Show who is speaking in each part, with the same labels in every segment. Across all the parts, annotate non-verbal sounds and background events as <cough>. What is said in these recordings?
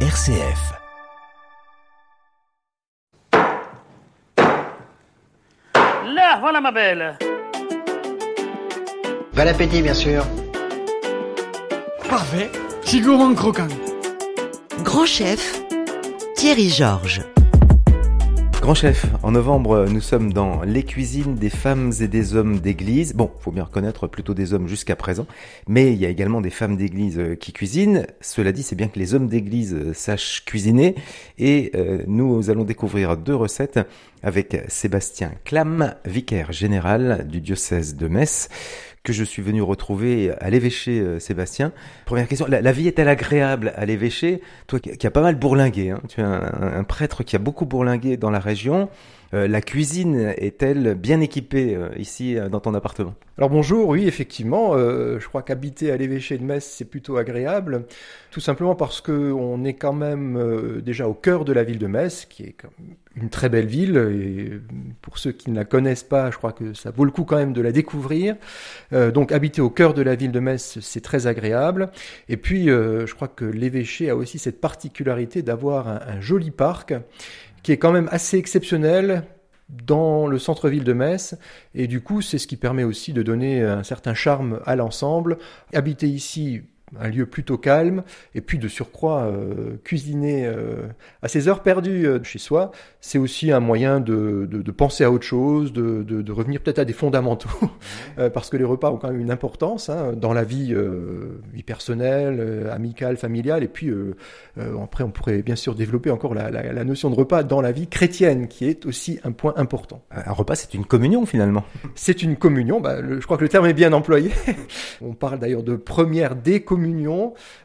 Speaker 1: RCF.
Speaker 2: Là, voilà ma belle.
Speaker 3: Bon appétit, bien sûr.
Speaker 4: Parfait, c'est gourmand croquant.
Speaker 5: Grand chef, Thierry Georges.
Speaker 6: Grand chef, en novembre, nous sommes dans les cuisines des femmes et des hommes d'église. Bon, faut bien reconnaître plutôt des hommes jusqu'à présent, mais il y a également des femmes d'église euh, qui cuisinent. Cela dit, c'est bien que les hommes d'église euh, sachent cuisiner et euh, nous allons découvrir deux recettes avec Sébastien Clam, vicaire général du diocèse de Metz, que je suis venu retrouver à l'évêché euh, Sébastien. Première question, la, la vie est-elle agréable à l'évêché Toi qui, qui as pas mal bourlingué, hein, tu es un, un prêtre qui a beaucoup bourlingué dans la région. Euh, la cuisine est-elle bien équipée euh, ici euh, dans ton appartement
Speaker 7: Alors bonjour, oui effectivement, euh, je crois qu'habiter à l'évêché de Metz c'est plutôt agréable, tout simplement parce que on est quand même euh, déjà au cœur de la ville de Metz, qui est quand même une très belle ville, et euh, pour ceux qui ne la connaissent pas, je crois que ça vaut le coup quand même de la découvrir. Euh, donc habiter au cœur de la ville de Metz c'est très agréable, et puis euh, je crois que l'évêché a aussi cette particularité d'avoir un, un joli parc qui est quand même assez exceptionnel dans le centre-ville de Metz, et du coup, c'est ce qui permet aussi de donner un certain charme à l'ensemble. Habiter ici, un lieu plutôt calme, et puis de surcroît, euh, cuisiner euh, à ses heures perdues euh, chez soi, c'est aussi un moyen de, de- de penser à autre chose, de, de- de revenir peut-être à des fondamentaux, <laughs> euh, parce que les repas ont quand même une importance hein, dans la vie, euh, vie personnelle, euh, amicale, familiale, et puis euh, euh, après, on pourrait bien sûr développer encore la- la- la notion de repas dans la vie chrétienne, qui est aussi un point important.
Speaker 6: Un repas, c'est une communion finalement.
Speaker 7: C'est une communion, bah, le- je crois que le terme est bien employé. On parle d'ailleurs de première décommunion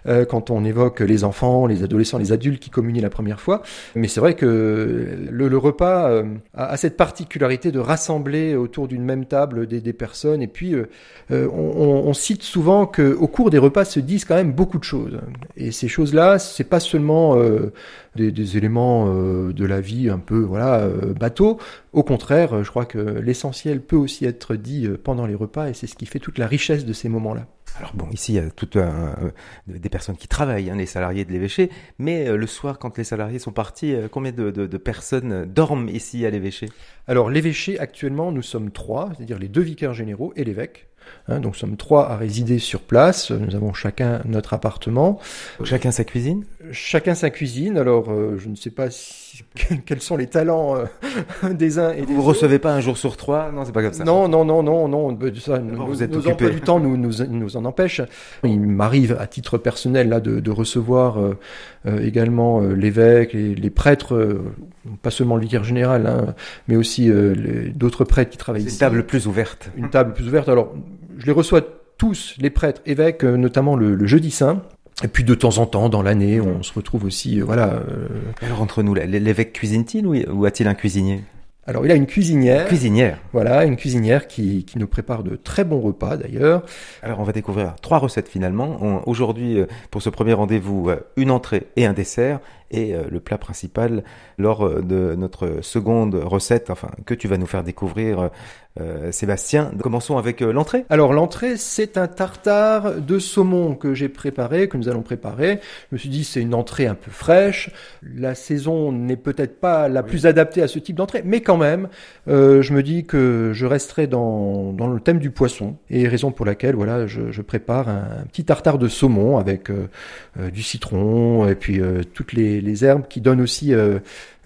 Speaker 7: euh, quand on évoque les enfants, les adolescents, les adultes qui communient la première fois. Mais c'est vrai que le, le repas euh, a, a cette particularité de rassembler autour d'une même table des, des personnes. Et puis, euh, euh, on, on- on cite souvent qu'au cours des repas se disent quand même beaucoup de choses. Et ces choses-là, c'est pas seulement euh, des, des éléments euh, de la vie un peu voilà euh, bateau. Au contraire, euh, je crois que l'essentiel peut aussi être dit euh, pendant les repas et c'est ce qui fait toute la richesse de ces moments-là.
Speaker 6: Alors bon, ici, il y a tout un- euh, des personnes qui travaillent, hein, les salariés de l'évêché, mais euh, le soir, quand les salariés sont partis, euh, combien de, de- de personnes euh, dorment ici à l'évêché
Speaker 7: Alors l'évêché, actuellement, nous sommes trois, c'est-à-dire les deux vicaires généraux et l'évêque. Hein, donc nous sommes trois à résider sur place, nous avons chacun notre appartement,
Speaker 6: Chacun sa cuisine
Speaker 7: chacun sa cuisine, alors euh, je ne sais pas si- <laughs> quels sont les talents euh, <laughs> des uns et des
Speaker 6: Vous ne
Speaker 7: autres.
Speaker 6: recevez pas un jour sur trois Non, c'est pas comme ça.
Speaker 7: Non, non, non, non, non. euh, Ça,
Speaker 6: D'abord,
Speaker 7: nos,
Speaker 6: vous êtes
Speaker 7: nos
Speaker 6: occupé.
Speaker 7: emplois du temps nous, nous, nous en empêchent. Il m'arrive à titre personnel là de, de recevoir euh, euh, également euh, l'évêque, les, les prêtres, euh, pas seulement le vicaire général, hein, mais aussi euh, les- d'autres prêtres qui travaillent
Speaker 6: C'est une
Speaker 7: ici.
Speaker 6: table plus ouverte.
Speaker 7: Une table plus ouverte. Alors, je les reçois tous, les prêtres, évêques, euh, notamment le, le jeudi saint. Et puis de temps en temps, dans l'année, on se retrouve aussi, euh, voilà. euh,
Speaker 6: Alors entre nous, là, l'évêque cuisine-t-il ou- ou a-t-il un cuisinier
Speaker 7: Alors, il a une cuisinière,
Speaker 6: Cuisinière.
Speaker 7: voilà, une cuisinière qui, qui nous prépare de très bons repas d'ailleurs.
Speaker 6: Alors on va découvrir trois recettes finalement. On- Aujourd'hui, euh, pour ce premier rendez-vous, euh, une entrée et un dessert et euh, le plat principal lors euh, de notre seconde recette, enfin que tu vas nous faire découvrir, euh, euh, Sébastien. Commençons avec euh, l'entrée.
Speaker 7: Alors l'entrée, c'est un tartare de saumon que j'ai préparé, que nous allons préparer. Je me suis dit c'est une entrée un peu fraîche. La saison n'est peut-être pas la plus adaptée à ce type d'entrée, mais quand même, euh, je me dis que je resterai dans, dans le thème du poisson et raison pour laquelle voilà, je, je prépare un, un petit tartare de saumon avec euh, euh, du citron et puis euh, toutes les, les herbes qui donnent aussi euh,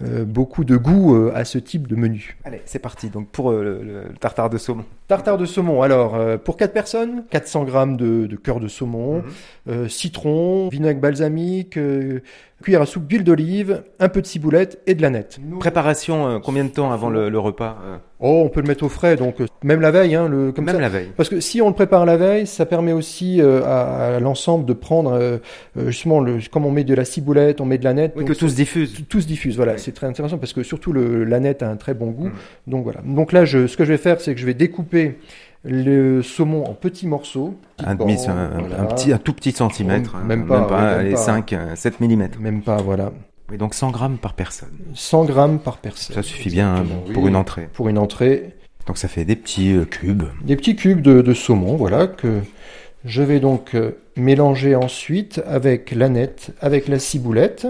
Speaker 7: euh, beaucoup de goût euh, à ce type de menu.
Speaker 6: Allez, c'est parti. Donc pour euh, le, le tartare de saumon.
Speaker 7: Tartare de saumon, alors euh, pour quatre personnes, 400 grammes de, de cœur de saumon,
Speaker 6: Mhm.
Speaker 7: euh, citron, vinaigre balsamique, euh, cuillère à soupe d'huile d'olive, un peu de ciboulette et de la nette.
Speaker 6: Préparation euh, combien de temps avant le, le repas euh,
Speaker 7: Oh, on peut le mettre au frais, donc euh, même la veille, hein, le, comme
Speaker 6: Même
Speaker 7: ça.
Speaker 6: la veille.
Speaker 7: Parce que si on le prépare la veille, ça permet aussi euh, à, à l'ensemble de prendre, euh, euh, justement, le, comme on met de la ciboulette, on met de la nette,
Speaker 6: Oui,
Speaker 7: donc
Speaker 6: que tout se diffuse.
Speaker 7: tout- tout se diffuse. Voilà,
Speaker 6: Oui.
Speaker 7: c'est très intéressant parce que surtout le, la nette a un très bon goût.
Speaker 6: Mm.
Speaker 7: Donc voilà. Donc là, je, ce que je vais faire, c'est que je vais découper le saumon en petits morceaux.
Speaker 6: Un demi, un, un-
Speaker 7: Voilà.
Speaker 6: un petit, un tout petit centimètre. hein,
Speaker 7: Même pas, oui, même
Speaker 6: allez,
Speaker 7: pas.
Speaker 6: 5, euh, 7 mm.
Speaker 7: Même pas, voilà.
Speaker 6: Et donc 100 grammes par personne.
Speaker 7: 100 grammes par personne.
Speaker 6: Ça suffit bien hein,
Speaker 7: Exactement,
Speaker 6: pour
Speaker 7: oui.
Speaker 6: une entrée.
Speaker 7: Pour une entrée,
Speaker 6: Donc ça fait des petits euh, cubes.
Speaker 7: des petits cubes de, de saumon, voilà, que Je vais donc euh, mélanger ensuite avec l'aneth, avec la ciboulette,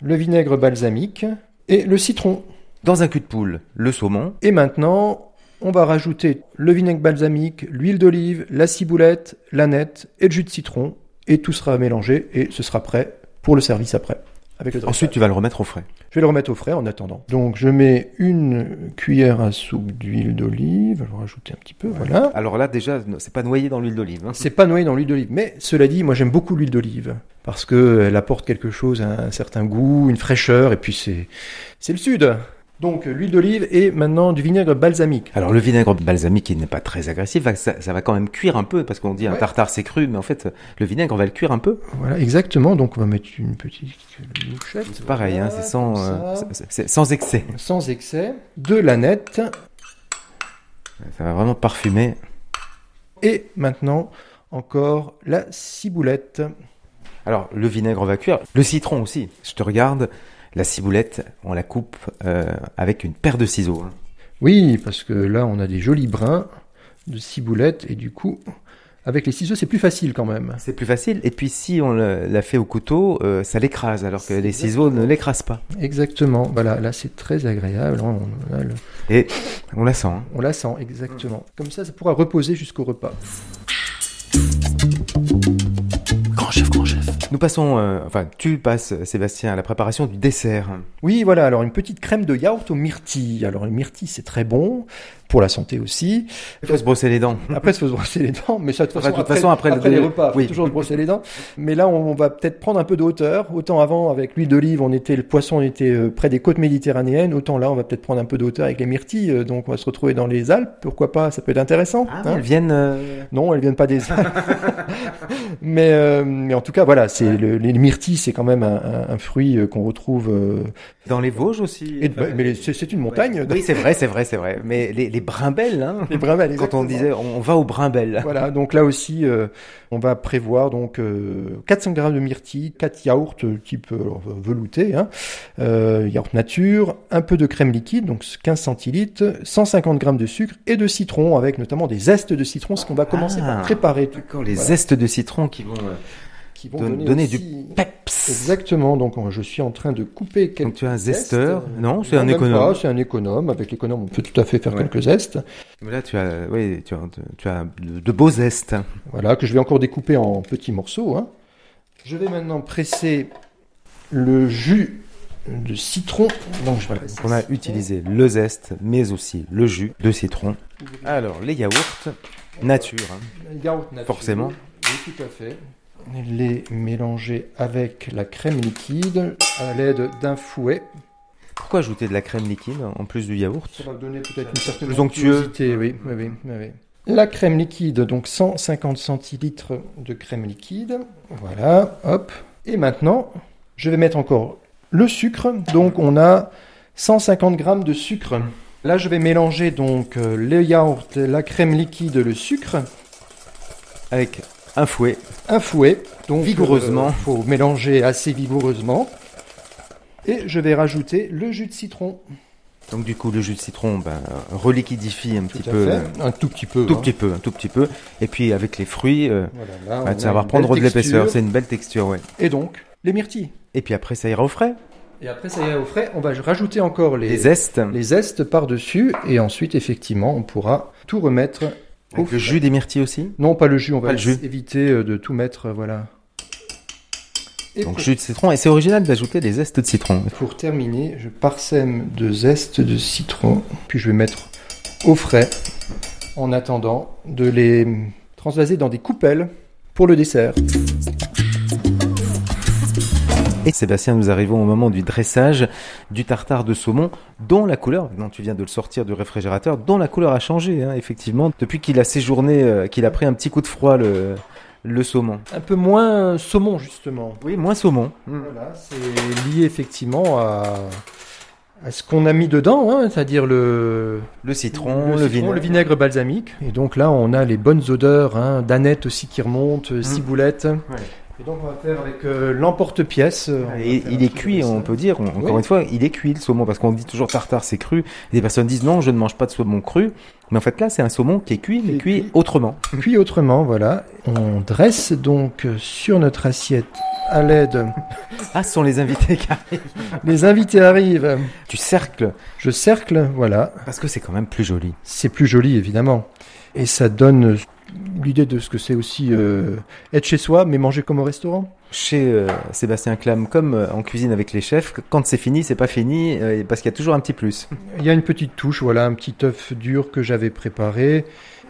Speaker 7: le vinaigre balsamique et le citron.
Speaker 6: Dans un cul de poule, le saumon.
Speaker 7: Et maintenant, on va rajouter le vinaigre balsamique, l'huile d'olive, la ciboulette, l'aneth et le jus de citron. Et tout sera mélangé et ce sera prêt pour le service après. Avec le dressage.
Speaker 6: Ensuite, tu vas le remettre au frais.
Speaker 7: je vais le remettre au frais en attendant. Donc je mets une cuillère à soupe d'huile d'olive. Je vais en rajouter un petit peu, voilà.
Speaker 6: Alors là, déjà, no- c'est pas noyé dans l'huile d'olive. hein.
Speaker 7: C'est pas noyé dans l'huile d'olive. Mais cela dit, moi j'aime beaucoup l'huile d'olive parce que elle apporte quelque chose, un certain goût, une fraîcheur. Et puis c'est c'est le sud. Donc l'huile d'olive et maintenant du vinaigre balsamique.
Speaker 6: Alors le vinaigre balsamique, qui n'est pas très agressif, va- ça, ça va quand même cuire un peu, parce qu'on dit un
Speaker 7: Ouais.
Speaker 6: tartare c'est cru, mais en fait, le vinaigre va le cuire un peu.
Speaker 7: Voilà, exactement. Donc on va mettre une petite mouchette.
Speaker 6: C'est pareil, hein, c'est sans,
Speaker 7: Voilà,
Speaker 6: euh,
Speaker 7: comme ça.
Speaker 6: c'est- c'est sans excès.
Speaker 7: sans excès. De l'aneth.
Speaker 6: Ça va vraiment parfumer.
Speaker 7: Et maintenant encore la ciboulette.
Speaker 6: Alors le vinaigre va cuire, le citron aussi. Je te regarde, la ciboulette, on la coupe euh, avec une paire de ciseaux. hein.
Speaker 7: Oui, parce que là on a des jolis brins de ciboulette et du coup avec les ciseaux c'est plus facile quand même.
Speaker 6: C'est plus facile. Et puis si on le- la fait au couteau, euh, ça l'écrase, alors que
Speaker 7: C'est
Speaker 6: les ciseaux ne l'écrasent pas.
Speaker 7: Exactement, voilà, là c'est très agréable, on, on a le-
Speaker 6: Et on la sent. hein.
Speaker 7: on la sent exactement. Comme ça, ça pourra reposer jusqu'au repas.
Speaker 4: Grand chef, grand chef.
Speaker 6: Nous passons, euh, enfin tu passes euh, Sébastien à la préparation du dessert.
Speaker 7: Oui, voilà, alors une petite crème de yaourt aux myrtilles. Alors les myrtilles c'est très bon, pour la santé aussi.
Speaker 6: Il faut se brosser les dents.
Speaker 7: Mm-hmm. Après, il faut se brosser les dents, mais ça, de toute
Speaker 6: Après,
Speaker 7: façon,
Speaker 6: de toute façon, après le-
Speaker 7: les repas, faut
Speaker 6: oui.
Speaker 7: toujours se brosser les
Speaker 6: <laughs>
Speaker 7: dents. Mais là, on va peut-être prendre un peu de hauteur. Autant avant, avec l'huile d'olive, on était, le poisson, on était euh, près des côtes méditerranéennes. Autant là, on va peut-être prendre un peu de hauteur avec les myrtilles. euh, Donc, on va se retrouver dans les Alpes. Pourquoi pas? Ça peut être intéressant.
Speaker 6: Ah,
Speaker 7: hein.
Speaker 6: elles viennent. euh,
Speaker 7: Non, elles viennent pas des Alpes.
Speaker 6: <laughs>
Speaker 7: mais, euh, mais en tout cas, voilà, c'est le, les myrtilles, c'est quand même un, un- un fruit euh, qu'on retrouve. euh,
Speaker 6: Dans les Vosges aussi.
Speaker 7: et-
Speaker 6: Enfin,
Speaker 7: mais les- c'est c'est une
Speaker 6: bah, ouais.
Speaker 7: montagne.
Speaker 6: Oui, c'est vrai, c'est vrai, c'est vrai. Mais les, les brimbelles, hein,
Speaker 7: <laughs> Les brimelles,
Speaker 6: quand
Speaker 7: exactement.
Speaker 6: on disait on on va aux brimbelles.
Speaker 7: Voilà, donc là aussi, euh, on va prévoir donc euh, 400 grammes de myrtille, 4 yaourts euh, type euh, alors, euh, velouté, hein, euh, yaourt nature, un peu de crème liquide, donc 15 centilitres, 150 grammes de sucre et de citron, avec notamment des zestes de citron, ce qu'on va commencer
Speaker 6: Ah.
Speaker 7: par préparer, tout-
Speaker 6: D'accord, les
Speaker 7: Voilà.
Speaker 6: zestes de citron qui vont euh,
Speaker 7: qui vont
Speaker 6: Don-
Speaker 7: donner,
Speaker 6: donner
Speaker 7: aussi-
Speaker 6: peps.
Speaker 7: Exactement, donc euh, je suis en train de couper quelques
Speaker 6: Donc tu as un
Speaker 7: zestes,
Speaker 6: zesteur.
Speaker 7: euh,
Speaker 6: Non, c'est un
Speaker 7: même pas,
Speaker 6: économe.
Speaker 7: C'est un économe. Avec l'économe, on peut tout à fait faire
Speaker 6: Ouais.
Speaker 7: quelques zestes.
Speaker 6: Mais Là, tu as, oui, tu as, tu as de, de beaux zestes.
Speaker 7: Voilà, que je vais encore découper en petits morceaux. hein. Je vais maintenant presser le jus de citron. Donc, je vais presser
Speaker 6: On a
Speaker 7: ça.
Speaker 6: utilisé le zeste, mais aussi le jus de citron. Alors, les yaourts, nature. hein.
Speaker 7: Les yaourts nature.
Speaker 6: Forcément.
Speaker 7: Oui, tout à fait. Les mélanger avec la crème liquide à l'aide d'un fouet.
Speaker 6: Pourquoi ajouter de la crème liquide en plus du yaourt
Speaker 7: Ça va donner peut-être une certaine
Speaker 6: Plus onctueux.
Speaker 7: onctuosité, Oui, oui, oui, oui, oui. La crème liquide, donc 150 centilitres de crème liquide. Voilà, hop. Et maintenant, je vais mettre encore le sucre. Donc on a 150 grammes de sucre. Là, je vais mélanger donc euh, le yaourt, la crème liquide, le sucre,
Speaker 6: Avec un fouet.
Speaker 7: un fouet. Donc
Speaker 6: Vigoureusement.
Speaker 7: euh, faut mélanger assez vigoureusement. Et je vais rajouter le jus de citron.
Speaker 6: Donc du coup, le jus de citron ben, reliquidifie un petit
Speaker 7: Tout à
Speaker 6: peu. euh,
Speaker 7: fait. Un tout petit peu.
Speaker 6: Tout
Speaker 7: hein.
Speaker 6: petit peu, un tout petit peu. Et puis avec les fruits, euh,
Speaker 7: Voilà, là,
Speaker 6: bah,
Speaker 7: Ah, on
Speaker 6: ça
Speaker 7: a
Speaker 6: va
Speaker 7: une
Speaker 6: prendre
Speaker 7: belle
Speaker 6: de l'épaisseur. C'est
Speaker 7: texture.
Speaker 6: une belle texture, ouais.
Speaker 7: Et donc, les myrtilles.
Speaker 6: Et puis après, ça ira au frais.
Speaker 7: Et après, ça ira au frais. On va rajouter encore les,
Speaker 6: Les zestes,
Speaker 7: les zestes par-dessus. Et ensuite, effectivement, on pourra tout remettre au
Speaker 6: avec le
Speaker 7: frais.
Speaker 6: jus des myrtilles aussi.
Speaker 7: Non, pas le jus. On va
Speaker 6: Pas le jus.
Speaker 7: éviter euh, de tout mettre. euh, Voilà. Et
Speaker 6: Donc
Speaker 7: pour,
Speaker 6: jus de citron. Et c'est original d'ajouter des zestes de citron.
Speaker 7: pour terminer, je parsème de zestes de citron. Puis je vais mettre au frais en attendant de les transvaser dans des coupelles pour le dessert.
Speaker 6: Et Sébastien, nous arrivons au moment du dressage du tartare de saumon, dont la couleur, non, tu viens de le sortir du réfrigérateur, dont la couleur a changé, hein, effectivement, depuis qu'il a séjourné, euh, qu'il a pris un petit coup de froid le, le saumon.
Speaker 7: Un peu moins euh, saumon, justement.
Speaker 6: Oui, moins saumon.
Speaker 7: Voilà, c'est lié effectivement à, à ce qu'on a mis dedans, hein, c'est-à-dire le,
Speaker 6: Le citron, le,
Speaker 7: citron,
Speaker 6: vinaigre.
Speaker 7: le vinaigre
Speaker 6: Mm.
Speaker 7: balsamique. Et donc là, on a les bonnes odeurs hein, d'aneth aussi qui remontent, euh, ciboulette. Et donc, on va faire avec euh, l'emporte-pièce. euh, on va
Speaker 6: Et
Speaker 7: faire
Speaker 6: il
Speaker 7: un
Speaker 6: est
Speaker 7: truc
Speaker 6: cuit, hein,
Speaker 7: comme
Speaker 6: on
Speaker 7: ça.
Speaker 6: peut dire, on- encore
Speaker 7: Oui.
Speaker 6: une fois, il est cuit le saumon, parce qu'on dit toujours tartare c'est cru, et des personnes disent non, je ne mange pas de saumon cru, mais en fait là c'est un saumon qui est cuit, mais
Speaker 7: Qui est
Speaker 6: cuit,
Speaker 7: cuit.
Speaker 6: autrement.
Speaker 7: Puis autrement, voilà, on dresse donc euh, sur notre assiette à l'aide.
Speaker 6: Ah, ce sont les invités qui arrivent.
Speaker 7: Les invités arrivent.
Speaker 6: Tu cercles,
Speaker 7: Je cercle, voilà.
Speaker 6: parce que c'est quand même plus joli.
Speaker 7: C'est plus joli, évidemment. Et ça donne euh, l'idée de ce que c'est aussi euh, être chez soi, mais manger comme au restaurant.
Speaker 6: Chez euh, Sébastien Clam, comme euh, en cuisine avec les chefs, quand c'est fini, c'est pas fini, euh, parce qu'il y a toujours un petit plus.
Speaker 7: Il y a une petite touche, voilà, un petit œuf dur que j'avais préparé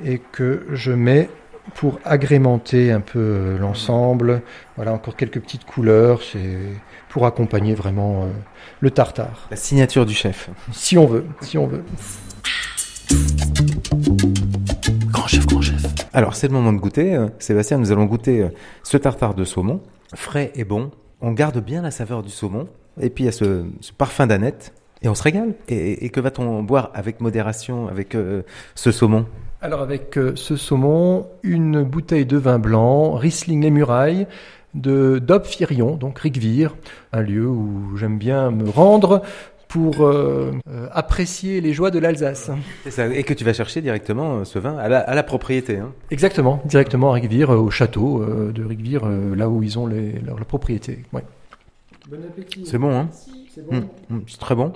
Speaker 7: et que je mets pour agrémenter un peu euh, l'ensemble. Voilà, encore quelques petites couleurs, c'est pour accompagner vraiment euh, le tartare.
Speaker 6: La signature du chef.
Speaker 7: Si on veut, si on veut.
Speaker 4: Grand chef, grand chef.
Speaker 6: Alors c'est le moment de goûter. euh, Sébastien, nous allons goûter euh, ce tartare de saumon, frais et bon. On garde bien la saveur du saumon, et puis il y a ce, ce parfum d'aneth, et on se régale. Et, et que va-t-on boire avec modération avec euh, ce saumon
Speaker 7: Alors avec euh, ce saumon, une bouteille de vin blanc, Riesling les murailles de Dobfirion, donc Rigvir, un lieu où j'aime bien me rendre pour euh, euh, apprécier les joies de l'Alsace.
Speaker 6: C'est ça, Et que tu vas chercher directement euh, ce vin à la, à la propriété. hein.
Speaker 7: Exactement, directement à Rigvir, euh, au château euh, de Rigvir, euh, là où ils ont les, leur, leur propriété. Ouais. Bon appétit.
Speaker 6: C'est bon, hein Mm, mm, C'est très bon.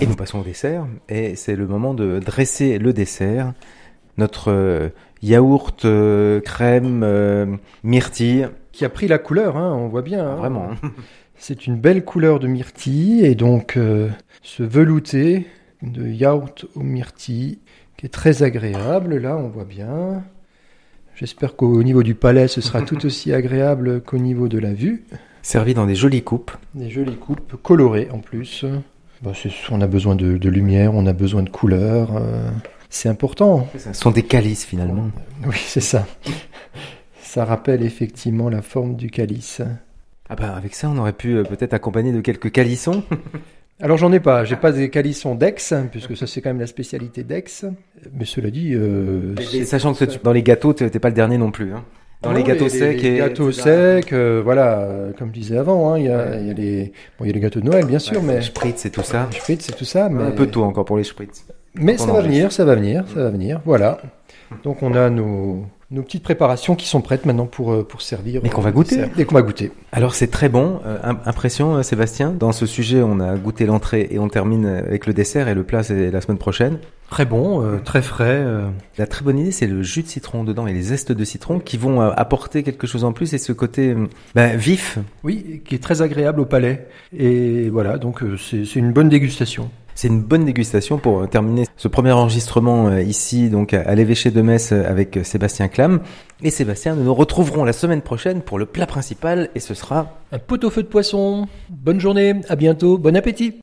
Speaker 6: Et nous passons au dessert. Et c'est le moment de dresser le dessert. Notre euh, yaourt, euh, crème, euh, myrtille.
Speaker 7: Qui a pris la couleur, hein, on voit bien. hein.
Speaker 6: Vraiment. hein.
Speaker 7: C'est une belle couleur de myrtille et donc euh, ce velouté de yaourt au myrtille qui est très agréable. Là, on voit bien. J'espère qu'au niveau du palais, ce sera tout aussi agréable qu'au niveau de la vue.
Speaker 6: Servi dans des jolies coupes.
Speaker 7: Des jolies coupes colorées en plus. Bah, c'est- on a besoin de, de lumière, on a besoin de couleurs. euh, c'est important.
Speaker 6: Ce sont des calices finalement.
Speaker 7: Oui, c'est ça. Ça rappelle effectivement la forme du calice.
Speaker 6: Ah bah avec ça, on aurait pu euh, peut-être accompagner de quelques calissons.
Speaker 7: <laughs> Alors j'en ai pas, j'ai pas des calissons d'Aix, hein, puisque ça c'est quand même la spécialité d'Aix. Mais cela dit, euh, c'est-
Speaker 6: Et <laughs> Sachant que tu- dans les gâteaux, t'es t'es pas le dernier non plus. hein. Dans les
Speaker 7: Non,
Speaker 6: gâteaux secs
Speaker 7: les
Speaker 6: et
Speaker 7: gâteaux
Speaker 6: etc.
Speaker 7: secs, euh, voilà, euh, comme je disais avant, hein, il y, a, il y a les, bon, il y a les gâteaux de Noël bien sûr, mais
Speaker 6: Spritz et tout ça.
Speaker 7: frites c'est tout ça, mais
Speaker 6: Un peu tôt encore pour les spritz.
Speaker 7: Mais ça
Speaker 6: qu'on
Speaker 7: va
Speaker 6: enregistre.
Speaker 7: venir, ça va venir, ça va venir. Voilà. Donc on a nos nos petites préparations qui sont prêtes maintenant pour euh, pour servir.
Speaker 6: Mais qu'on va
Speaker 7: au
Speaker 6: goûter.
Speaker 7: dessert. Et qu'on va goûter.
Speaker 6: Alors c'est très bon. Euh, im- impression, euh, Sébastien. Dans ce sujet, on a goûté l'entrée et on termine euh, avec le dessert et le plat c'est la semaine prochaine.
Speaker 7: Très bon, euh, très frais. euh,
Speaker 6: La très bonne idée, c'est le jus de citron dedans et les zestes de citron qui vont euh, apporter quelque chose en plus et ce côté euh, bah, vif.
Speaker 7: Oui, qui est très agréable au palais. Et voilà, donc euh, c'est c'est une bonne dégustation.
Speaker 6: C'est une bonne dégustation pour euh, terminer ce premier enregistrement euh, ici, donc à- à l'évêché de Metz euh, avec euh, Sébastien Clam. Et Sébastien, nous nous retrouverons la semaine prochaine pour le plat principal et ce sera
Speaker 7: Un pot au feu de poisson. Bonne journée, à bientôt, bon appétit.